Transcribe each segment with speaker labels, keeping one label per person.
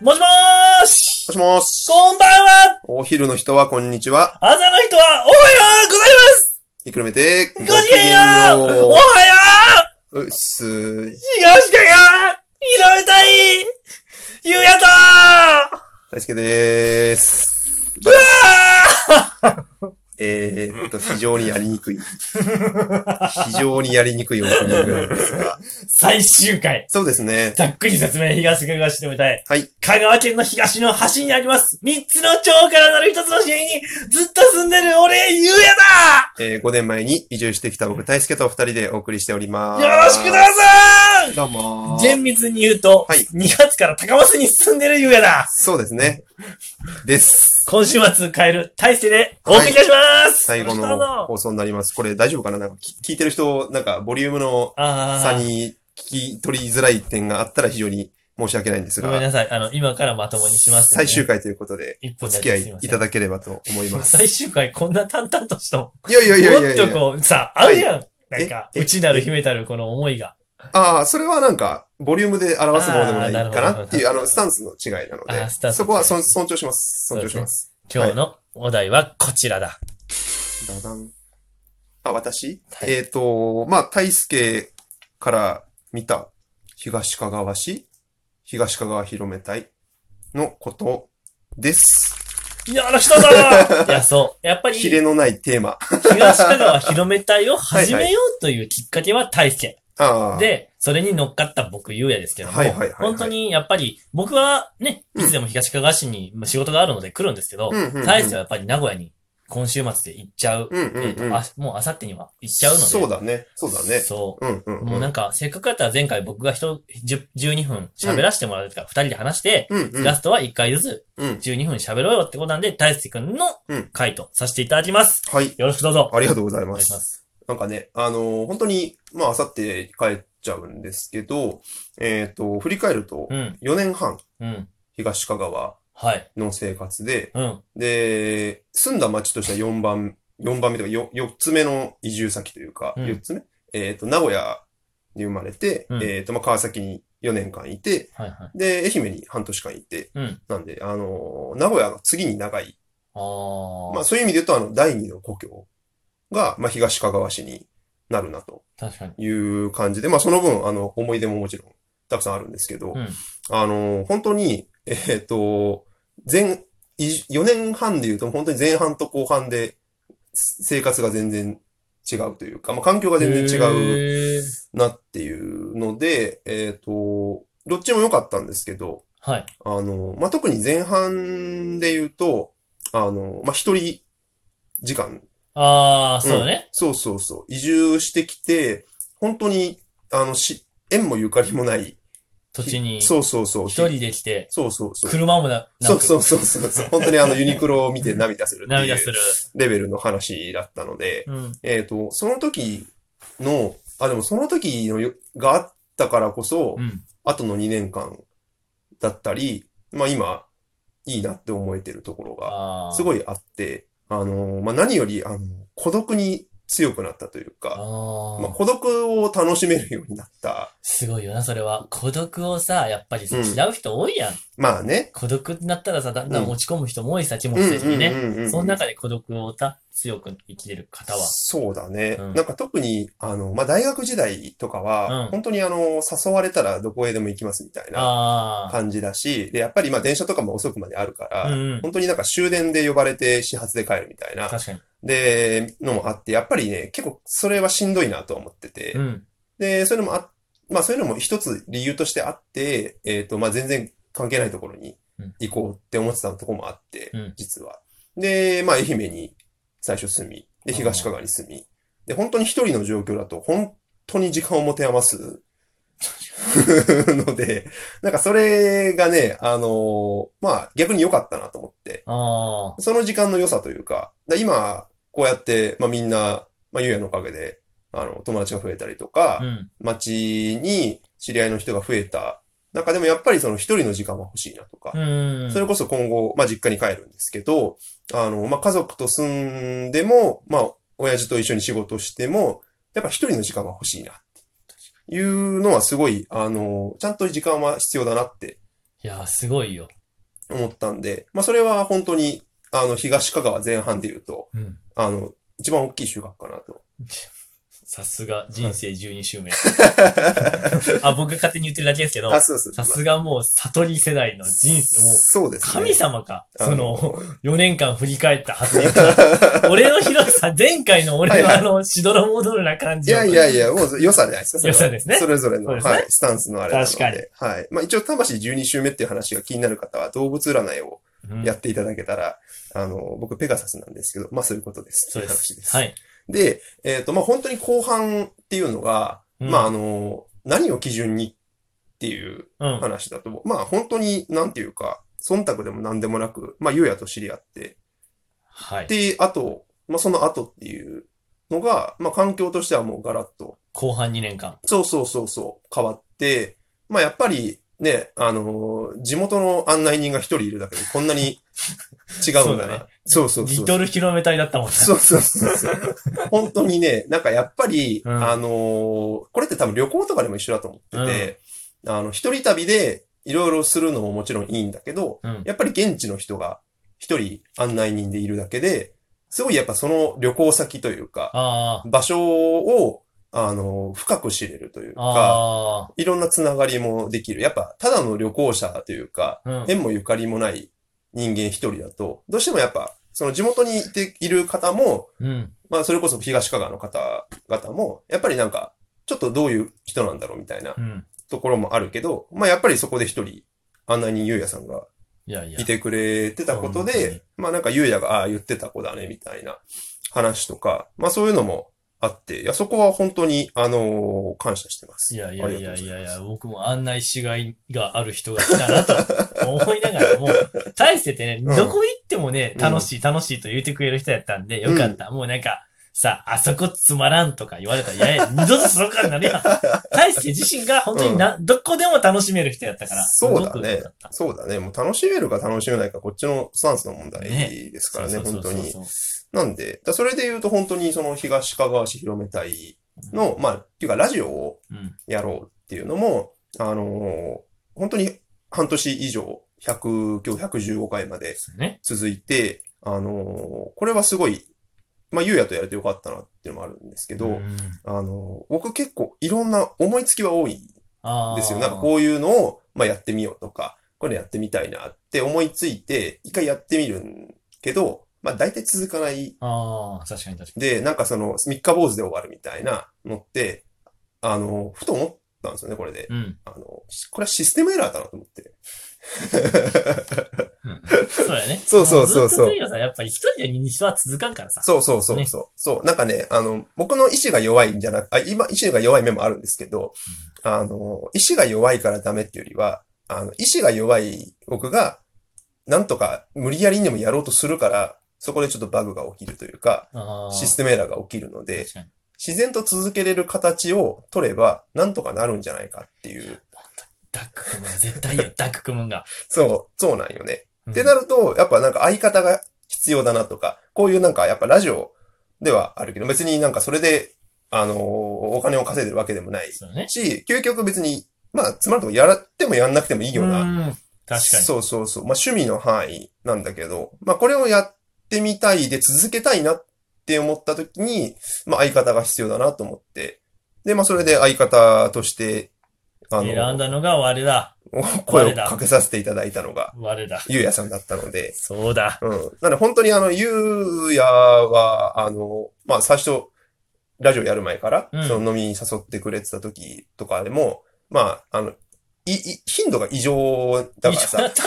Speaker 1: もしもーし
Speaker 2: もしもし。
Speaker 1: こんばんは
Speaker 2: お昼の人は、こんにちは。
Speaker 1: 朝の人は、おはようございます
Speaker 2: ひっくるめて、ご
Speaker 1: ごきげんようおはよ
Speaker 2: う。うっすー
Speaker 1: う東かが広めたいゆうやと
Speaker 2: 大輔でーす。
Speaker 1: うわ
Speaker 2: えーっと、非常にやりにくい。非常にやりにくいオープニングなんですが。
Speaker 1: ー最終回
Speaker 2: そうですね。
Speaker 1: ざっくり説明、東かが広めたい。
Speaker 2: はい。
Speaker 1: 香川県の東の端にあります、三つの町からなる一つの市に、ずっと住んでる俺、ゆうや
Speaker 2: えー、5年前に移住してきた僕、大輔と2人でお送りしておりま
Speaker 1: だ
Speaker 2: す。
Speaker 1: よろしくどうぞー
Speaker 2: どうもー
Speaker 1: 厳密に言うと、
Speaker 2: はい
Speaker 1: 2月から高松に住んでるゆうやだ
Speaker 2: そうですね。です。
Speaker 1: 今週末帰る大勢でお送りいたします、
Speaker 2: 最後
Speaker 1: よろしくど
Speaker 2: の
Speaker 1: うぞ
Speaker 2: 放送になります。これ大丈夫かななんかき聞いてる人、なんかボリュームの
Speaker 1: あ
Speaker 2: さ
Speaker 1: ー、
Speaker 2: に聞き取りづらい点があったら非常に申し訳ないんです
Speaker 1: ごめん
Speaker 2: が、
Speaker 1: なさい。あの、今からまともにします、
Speaker 2: 最終回ということで、
Speaker 1: 一
Speaker 2: お
Speaker 1: 本だ
Speaker 2: 付
Speaker 1: け
Speaker 2: き合
Speaker 1: す
Speaker 2: い
Speaker 1: ませ
Speaker 2: い
Speaker 1: ん
Speaker 2: ただければと思 います。
Speaker 1: 最終回こんな淡々としたも
Speaker 2: いやいやいやいや
Speaker 1: ん
Speaker 2: い
Speaker 1: もっ
Speaker 2: や
Speaker 1: とこう、さ、あるやん。な
Speaker 2: え
Speaker 1: んか、
Speaker 2: え
Speaker 1: 内なる秘めたるこの思いが。
Speaker 2: ああ、それはなんか、ボリュームで表すものでもない
Speaker 1: あーなるほ
Speaker 2: か
Speaker 1: ど
Speaker 2: なっていう、
Speaker 1: な
Speaker 2: あ
Speaker 1: るほど
Speaker 2: の、スタンスの違いなの
Speaker 1: あースタ
Speaker 2: で、
Speaker 1: ンスの違い
Speaker 2: そこはそん尊重します。尊重します。
Speaker 1: 今日のお題はこちらだ。
Speaker 2: ダダンあ、私
Speaker 1: はい
Speaker 2: えっと、まあ、大輔から見た東かがわ市、東かがわ広め隊のことです。
Speaker 1: よろしくどうぞいや、そう。やっぱり、
Speaker 2: キレ
Speaker 1: 東
Speaker 2: のないテーマ。
Speaker 1: 香川広め隊を始めようというきっかけは大勢。
Speaker 2: ああ。
Speaker 1: で、それに乗っかった僕、ゆうやですけども、
Speaker 2: はいはいはいはい
Speaker 1: 本当にやっぱり、僕はね、
Speaker 2: うん
Speaker 1: いつでも東かがわ市に仕事があるので来るんですけど
Speaker 2: うん、うんうん、
Speaker 1: 大勢はやっぱり名古屋に今週末で行っちゃう。
Speaker 2: うんうん
Speaker 1: えー
Speaker 2: うん。
Speaker 1: とあもう明後日には行っちゃうので。
Speaker 2: そうだね。そうだね。
Speaker 1: そ
Speaker 2: うんうん
Speaker 1: う。
Speaker 2: ん。
Speaker 1: もうなんか、せっかくだったら前回僕が人、10 12分喋らせてもらうとから、二人で話して、
Speaker 2: うんうん
Speaker 1: ラストは1回ずつ
Speaker 2: うん。
Speaker 1: 12分喋ろうよってことなんで、大輔くんの
Speaker 2: うん
Speaker 1: 回とさせていただきます。
Speaker 2: はい。
Speaker 1: よろしくどうぞ。
Speaker 2: ありがとうござい
Speaker 1: お
Speaker 2: ま。
Speaker 1: 願いしますす。
Speaker 2: なんかね、あのー本当に、まあ、あさって帰っちゃうんですけど、えっ、と、振り返ると
Speaker 1: う、ん、
Speaker 2: 4年半、
Speaker 1: うん、
Speaker 2: 東かがわ
Speaker 1: はい、
Speaker 2: の生活で、
Speaker 1: うん、
Speaker 2: で、住んだ町としては4番、4番目というかよ、4つ目の移住先というか、
Speaker 1: うん
Speaker 2: 4つ目えっ、と、名古屋に生まれて、
Speaker 1: うん
Speaker 2: えっ、と、まあ、川崎に4年間いて、
Speaker 1: はい、はい。
Speaker 2: で、愛媛に半年間いて、
Speaker 1: うん。
Speaker 2: なんで、あのー名古屋が次に長い
Speaker 1: あー。
Speaker 2: まあそういう意味で言うと、あの、第二の故郷が、まあ東かがわ市になるなと
Speaker 1: 確かに。
Speaker 2: いう感じで、まあその分、あの、思い出ももちろんたくさんあるんですけど、
Speaker 1: うん
Speaker 2: あの、本当に、えーっ、と、前、4年半で言うと、本当に前半と後半で、す生活が全然違うというか、まあ環境が全然違う
Speaker 1: 違う。
Speaker 2: なっていうので、えーっ、と、どっちも良かったんですけど、
Speaker 1: はい。
Speaker 2: あの、まあ、特に前半で言うと、あの、まあ、一人時間、
Speaker 1: ああ、そうだね。
Speaker 2: そうそうそう、移住してきて、本当に、あの、し、縁もゆかりもない。
Speaker 1: 土地に。
Speaker 2: そうそうそう。
Speaker 1: 一人で来て、
Speaker 2: そうそうそう。
Speaker 1: 車もな、な
Speaker 2: そ
Speaker 1: く
Speaker 2: うそうそうそうそう。本当にあの、ユニクロを見て涙するってい
Speaker 1: 涙す
Speaker 2: う
Speaker 1: る。
Speaker 2: レベルの話だったので、
Speaker 1: うん。
Speaker 2: えっと、その時の、あ、でもその時のよがあったからこそ
Speaker 1: う、ん。
Speaker 2: 後の2年間だったり、まあ今、いいなって思えてるところが
Speaker 1: ああ。
Speaker 2: す
Speaker 1: い。
Speaker 2: ごいあって、あの、まあ、何より、あの、孤独に強くなったという
Speaker 1: あ
Speaker 2: か、まあ、
Speaker 1: あ。
Speaker 2: 孤独を楽しめるようになった。
Speaker 1: すごいよな、それは。孤独をさ、やっぱりさ、
Speaker 2: うん
Speaker 1: 嫌う人多いやん。
Speaker 2: まあね。
Speaker 1: 孤独になったらさ、だんだん
Speaker 2: うん
Speaker 1: 落ち込む人も多いさ、気持
Speaker 2: うん
Speaker 1: ち
Speaker 2: うん
Speaker 1: 的にね。
Speaker 2: うんうん
Speaker 1: その中で孤独をさ、強く生きてる方は。
Speaker 2: そうだね。
Speaker 1: うん
Speaker 2: なんか特に、あの、まあ、大学時代とかは、
Speaker 1: うん
Speaker 2: 本当にあの、誘われたらどこへでも行きますみたいな
Speaker 1: あ
Speaker 2: 感じだし、で、やっぱりまあ、電車とかも遅くまであるか
Speaker 1: あ。
Speaker 2: ら、
Speaker 1: うんうん。
Speaker 2: 本当になんか終電で呼ばれて始発で帰るみたいな、
Speaker 1: 確かに。
Speaker 2: で、のもあって、やっぱりね、結構それはしんどいなと思ってて、
Speaker 1: うん。
Speaker 2: で、そういうのもあ、まあそういうのも一つ理由としてあって、えっと、まあ全然関係ないところに
Speaker 1: うん
Speaker 2: 行こうって思ってたところもあって
Speaker 1: うん、
Speaker 2: 実は。で、まあ愛媛に最初住み、で、
Speaker 1: あー
Speaker 2: 東かがわに住み、で、本当に一人の状況だと、本当に時間を持て余すので、なんかそれがね、あのーまあ逆に良かったなと思って、
Speaker 1: ああ。
Speaker 2: その時間の良さというか、だ今、こうやって、まあみんな、まあゆうやのおかげで、あの、友達が増えたりとか
Speaker 1: う、ん。
Speaker 2: 街に知り合いの人が増えた中でもやっぱりその一人の時間は欲しいなとか、
Speaker 1: うん。
Speaker 2: それこそ今後、まあ実家に帰るんですけど、あの、まあ家族と住んでも、まあ親父と一緒に仕事しても、やっぱ一人の時間は欲しいなっていうのはすごい、あの、ちゃんと時間は必要だなって
Speaker 1: いやー、すごいよ。
Speaker 2: 思ったんで、まあそれは本当に、あの、東香川前半で言うと、
Speaker 1: うん。
Speaker 2: あの、一番大きい収穫かなと。
Speaker 1: さすが、人生12周目。あ、僕が勝手に言ってるだけですけど、
Speaker 2: あ、そうそう。
Speaker 1: さすがもう悟り世代の人生、もう、
Speaker 2: そうですね。
Speaker 1: 神様か。
Speaker 2: あ
Speaker 1: その、4年間振り返った発言から 俺のひどさ、前回の俺のあの、しどろもどろな感
Speaker 2: い
Speaker 1: じを。
Speaker 2: やいやいや、もう良さじゃないですか。それは
Speaker 1: 良さですね
Speaker 2: それぞれの、
Speaker 1: そうですね
Speaker 2: はい、スタンスのあれなので。
Speaker 1: 確かに
Speaker 2: はい。まあ一応、魂12周目っていう話が気になる方は、動物占いを
Speaker 1: うん
Speaker 2: やっていただけたら、あの、僕、ペガサスなんですけど、まあそういうことです。
Speaker 1: そうで
Speaker 2: ってい
Speaker 1: す
Speaker 2: 話。
Speaker 1: はい。
Speaker 2: で、えっ、と、まあ本当に後半っていうのが、
Speaker 1: うん
Speaker 2: まああの、何を基準にっていう
Speaker 1: うん。
Speaker 2: 話だと、まあ本当に、なんていうか、忖度でも何でもなく、まあ、ゆうやと知り合って、
Speaker 1: はい。
Speaker 2: で、あと、まあ、その後っていうのが、まあ、環境としてはもうガラッと、
Speaker 1: 後半2年間。
Speaker 2: そうそうそうそう、変わって、まあ、やっぱりね、あのー地元の案内人が一人いるだけでこんなに違う
Speaker 1: そ
Speaker 2: んだ
Speaker 1: うだね
Speaker 2: な。そうそうそ
Speaker 1: リ
Speaker 2: う。
Speaker 1: トル広め隊だったもんね。
Speaker 2: そうそうそうそう。本当にね、なんかやっぱり、
Speaker 1: うん
Speaker 2: あのーこれって多分旅行とかでも一緒だと思ってて、あの、一人旅でいろいろするのももちろんいいんだけど、
Speaker 1: うん。
Speaker 2: やっぱり現地の人が一人案内人でいるだけで、すごいやっぱその旅行先というか、
Speaker 1: あ
Speaker 2: 場所を、あの、深く知れるという
Speaker 1: あ。
Speaker 2: か、
Speaker 1: あ
Speaker 2: いろんなつながりもできる。やっぱ、ただの旅行者というか、
Speaker 1: あ。うん。
Speaker 2: 縁もゆかりもない人間一人だと、どうしてもやっぱ、その地元にいている方も、
Speaker 1: うん。
Speaker 2: まあそれこそ東香川の方々も、やっぱりなんか、ちょっとどういう人なんだろうみたいな
Speaker 1: うん。
Speaker 2: ところもあるけど、まあやっぱりそこで一人、あんなにゆうやさんが
Speaker 1: いやいや
Speaker 2: い。てくれてたこと
Speaker 1: 本当に
Speaker 2: で、まあなんかゆうやが、ああ言ってた子だね、みたいな話とか、まあそういうのもあって、いや、そこは本当に、あのー感謝してます。
Speaker 1: いやいやいや
Speaker 2: あり
Speaker 1: い
Speaker 2: がとうござ
Speaker 1: やい
Speaker 2: ます
Speaker 1: や、僕も案内しがいがある人が来たなと思いながらも、大してて
Speaker 2: う
Speaker 1: ね、
Speaker 2: ん
Speaker 1: どこ行ってもね、
Speaker 2: うん
Speaker 1: 楽しい楽しいと言ってくれる人やったんで、よかった。もうなんか、さ、あそこつまらんとか言われたら、いやいや、二度とそのからなるやん。大して自身が本当にな、どこでも楽しめる人やったから、
Speaker 2: そうだね
Speaker 1: すごくよかった。
Speaker 2: そうだね。もう楽しめるか楽しめないか、こっちのスタンスの問題
Speaker 1: ね
Speaker 2: ですからね、
Speaker 1: そうそ
Speaker 2: 本
Speaker 1: う
Speaker 2: 当
Speaker 1: そう
Speaker 2: に。
Speaker 1: そう
Speaker 2: なんで、だそれで言うと本当にその東かがわ市広め隊の、まあ、っていうかラジオを
Speaker 1: うん。
Speaker 2: やろうっていうのも、あのー本当に半年以上、100、今日115回まで
Speaker 1: そうね。
Speaker 2: 続いて、あのーこれはすごい、まあ、ゆうやとやれてよかったなっていうのもあるんですけど、
Speaker 1: うん
Speaker 2: あのー僕結構いろんな思いつきは多いん
Speaker 1: ああ。
Speaker 2: ですよ。なんかこういうのを、まあ、やってみようとか、これやってみたいなって思いついて、一回やってみるんけど、まあ、大体続かない。
Speaker 1: ああ、確かに確か
Speaker 2: で、なんかその、三日坊主で終わるみたいなのって、あのーふと思ったんですよね、これで。
Speaker 1: に。うん。
Speaker 2: あの、しこれはシステムエラーだなと思って。
Speaker 1: うんそうやね。
Speaker 2: そうそうそ
Speaker 1: も
Speaker 2: うそう
Speaker 1: ずっと言よさ、やっぱり一人でには続かんからさ。
Speaker 2: そうそうそう
Speaker 1: ね
Speaker 2: そう、そう。なんかね、あの、僕の意志が弱いんじゃなく、あ、今、意志が弱い面もあるんですけど、あの、意志が弱いからダメっていうよりは、あの、意志が弱い僕が、なんとか無理やりにでもやろうとするから、そこでちょっとバグが起きるというか、
Speaker 1: ああ。
Speaker 2: システムエラーが起きるので、
Speaker 1: 確かに
Speaker 2: 自然と続けれる形を取れば、なんとかなるんじゃないかっていう。
Speaker 1: ダッククムが絶対いい よ、ダッククムが。
Speaker 2: そう、そうなんよね。
Speaker 1: うん
Speaker 2: ってなると、やっぱなんか相方が必要だなとか、こういうなんかやっぱラジオではあるけど、別になんかそれで、あのーお金を稼いでるわけでもないし、
Speaker 1: そうね。
Speaker 2: 究極別に、まあ、つまるとこやらってもやんなくてもいいような、
Speaker 1: ん確かに。
Speaker 2: そうそうそう、まあ趣味の範囲なんだけど、まあこれをやってみたいで続けたいなって思った時に、まあ相方が必要だなと思って、で、まあそれで相方として、あ
Speaker 1: 選ん
Speaker 2: の、
Speaker 1: だのが我だ。
Speaker 2: 声
Speaker 1: 我
Speaker 2: を
Speaker 1: だ
Speaker 2: かけさせていただいたのが、
Speaker 1: 我だ。
Speaker 2: ゆうやさんだったので、
Speaker 1: そうだ。
Speaker 2: うん。なので本当にあの、ゆうやは、あの、まあ最初、ラジオやる前から
Speaker 1: うん、
Speaker 2: その飲みに誘ってくれてた時とかでも、まあ、あの、い、い、頻度が異常だからさ。
Speaker 1: キ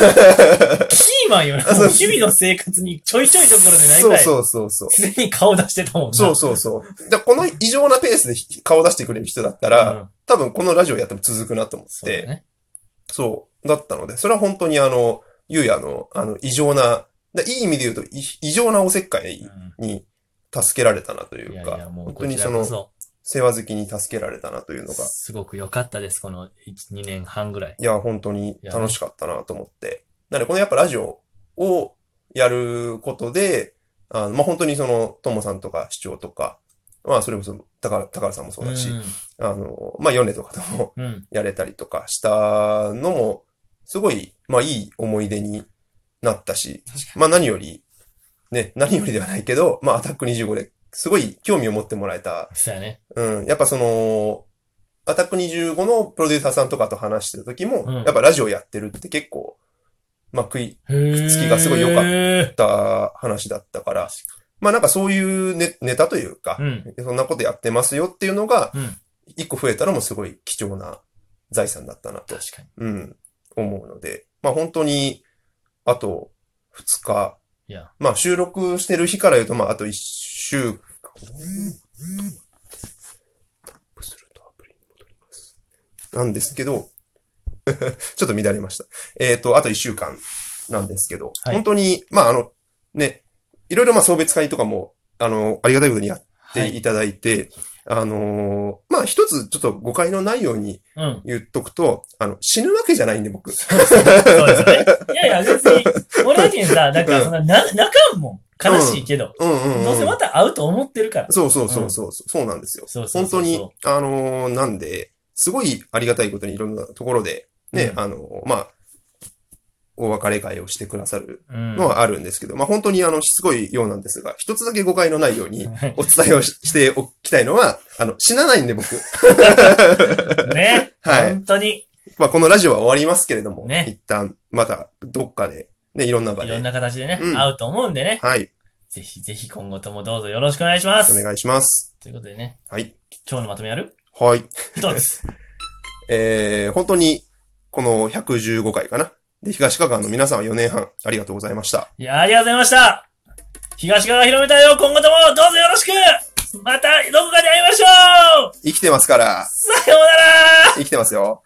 Speaker 1: ーマンよな。
Speaker 2: あ
Speaker 1: も
Speaker 2: そうう
Speaker 1: 日々の生活にちょいちょいところでない
Speaker 2: そう
Speaker 1: たい。
Speaker 2: そうそうそう。
Speaker 1: 常に顔出してたもんな。
Speaker 2: そうそうそう。だからこの異常なペースで顔出してくれる人だったら、
Speaker 1: ん
Speaker 2: 多分このラジオやっても続くなと思っ
Speaker 1: そうだ
Speaker 2: て、
Speaker 1: ね。
Speaker 2: そう、だったので、それは本当にあの、ゆうやの、あの、異常な、だいい意味で言うと、い異常なおせっかい
Speaker 1: うん
Speaker 2: に助けられたなという
Speaker 1: いやい
Speaker 2: か、
Speaker 1: や、もう
Speaker 2: 本
Speaker 1: こ
Speaker 2: 当に
Speaker 1: ちら
Speaker 2: その
Speaker 1: こ、そ、
Speaker 2: 世話好きに助けられたなというのが、
Speaker 1: すごく良かったです、この1、2年半ぐらい。
Speaker 2: いや、本当に楽しかったなと思って。なので、このやっぱラジオをやることで、あのまあ、本当にその、ともさんとか市長とか、まあ、それこそ、高高さんもそうだし、あの、まあ、ヨネとかとも
Speaker 1: うん。うん。
Speaker 2: やれたりとかしたのも、すごい、まあいい思い出になったし、
Speaker 1: 確か
Speaker 2: まあ何より、ね、何よりではないけど、まあアタック25ですごい興味を持ってもらえた。
Speaker 1: に。そうやね。
Speaker 2: うん、やっぱその、アタック25のプロデューサーさんとかと話してた時も、
Speaker 1: うん
Speaker 2: やっぱラジオやってるって結構、まあ食い
Speaker 1: く。
Speaker 2: っつきがすごい良かったた話だったから、まあなんかそういうネネタというか、
Speaker 1: うん。
Speaker 2: そんなことやってますよっていうのが
Speaker 1: うん、
Speaker 2: 一個増えたのもすごい貴重な財産だったなと、
Speaker 1: 確かに。
Speaker 2: うん、思うので、まあ本当に、あと2日、
Speaker 1: いや。
Speaker 2: まあ収録してる日から言うと、まああと1週間。タップするとアプリに戻りますなんですけど、 ちょっと乱れました。えっ、と、あと1週間なんですけど、
Speaker 1: はい
Speaker 2: 本当に、まああの、ね、いろいろまあ送別会とかも、あの、ありがたいことにやっ
Speaker 1: は
Speaker 2: て
Speaker 1: い。
Speaker 2: いただいて、あのーまあ一つちょっと誤解のないように
Speaker 1: うん。
Speaker 2: 言っとくと、あの、死ぬわけじゃないんで僕。
Speaker 1: そうですね。いやいや、別に、俺だけにさ、なんか、そんな、な、泣かんもん。悲しいけど。
Speaker 2: うんうん、うん。
Speaker 1: どうせまた会うと思ってるから。
Speaker 2: そうそうそうそう、そうなんですよ。
Speaker 1: そうそう
Speaker 2: 本
Speaker 1: そ
Speaker 2: 当
Speaker 1: う
Speaker 2: に、あのーなんで、すごいありがたいことにいろんなところで、ね、
Speaker 1: うん
Speaker 2: あのーまあ、お別れ会をしてくださる
Speaker 1: うん。
Speaker 2: のはあるんですけど、まあ本当にあの、しつこいようなんですが、一つだけ誤解のないように
Speaker 1: はい
Speaker 2: お伝えをししておきたいのは、あの、死なないんで僕。
Speaker 1: ね。
Speaker 2: はい
Speaker 1: 本当に、
Speaker 2: まあこのラジオは終わりますけれども、
Speaker 1: ね
Speaker 2: 一旦またどっかで、ね、いろんない場
Speaker 1: ろん
Speaker 2: で。
Speaker 1: な形でね、
Speaker 2: うん
Speaker 1: 会うと思うんでね。
Speaker 2: はい、
Speaker 1: ぜひぜひ今後ともどうぞよろしくお願いしま
Speaker 2: お
Speaker 1: す。
Speaker 2: 願いします。
Speaker 1: ということでね、
Speaker 2: はい。
Speaker 1: 今日のまとめやる
Speaker 2: はい。
Speaker 1: 一つ。
Speaker 2: えー、本当に、この115回かな。で、東川岸の皆さんは4年半、ありがとうございました。
Speaker 1: いやあ、ありがとうございました。東から広めたよ、今後ともどうぞよろしくまたどこかで会いましょう
Speaker 2: 生きてますから、
Speaker 1: さようなら
Speaker 2: 生きてますよ。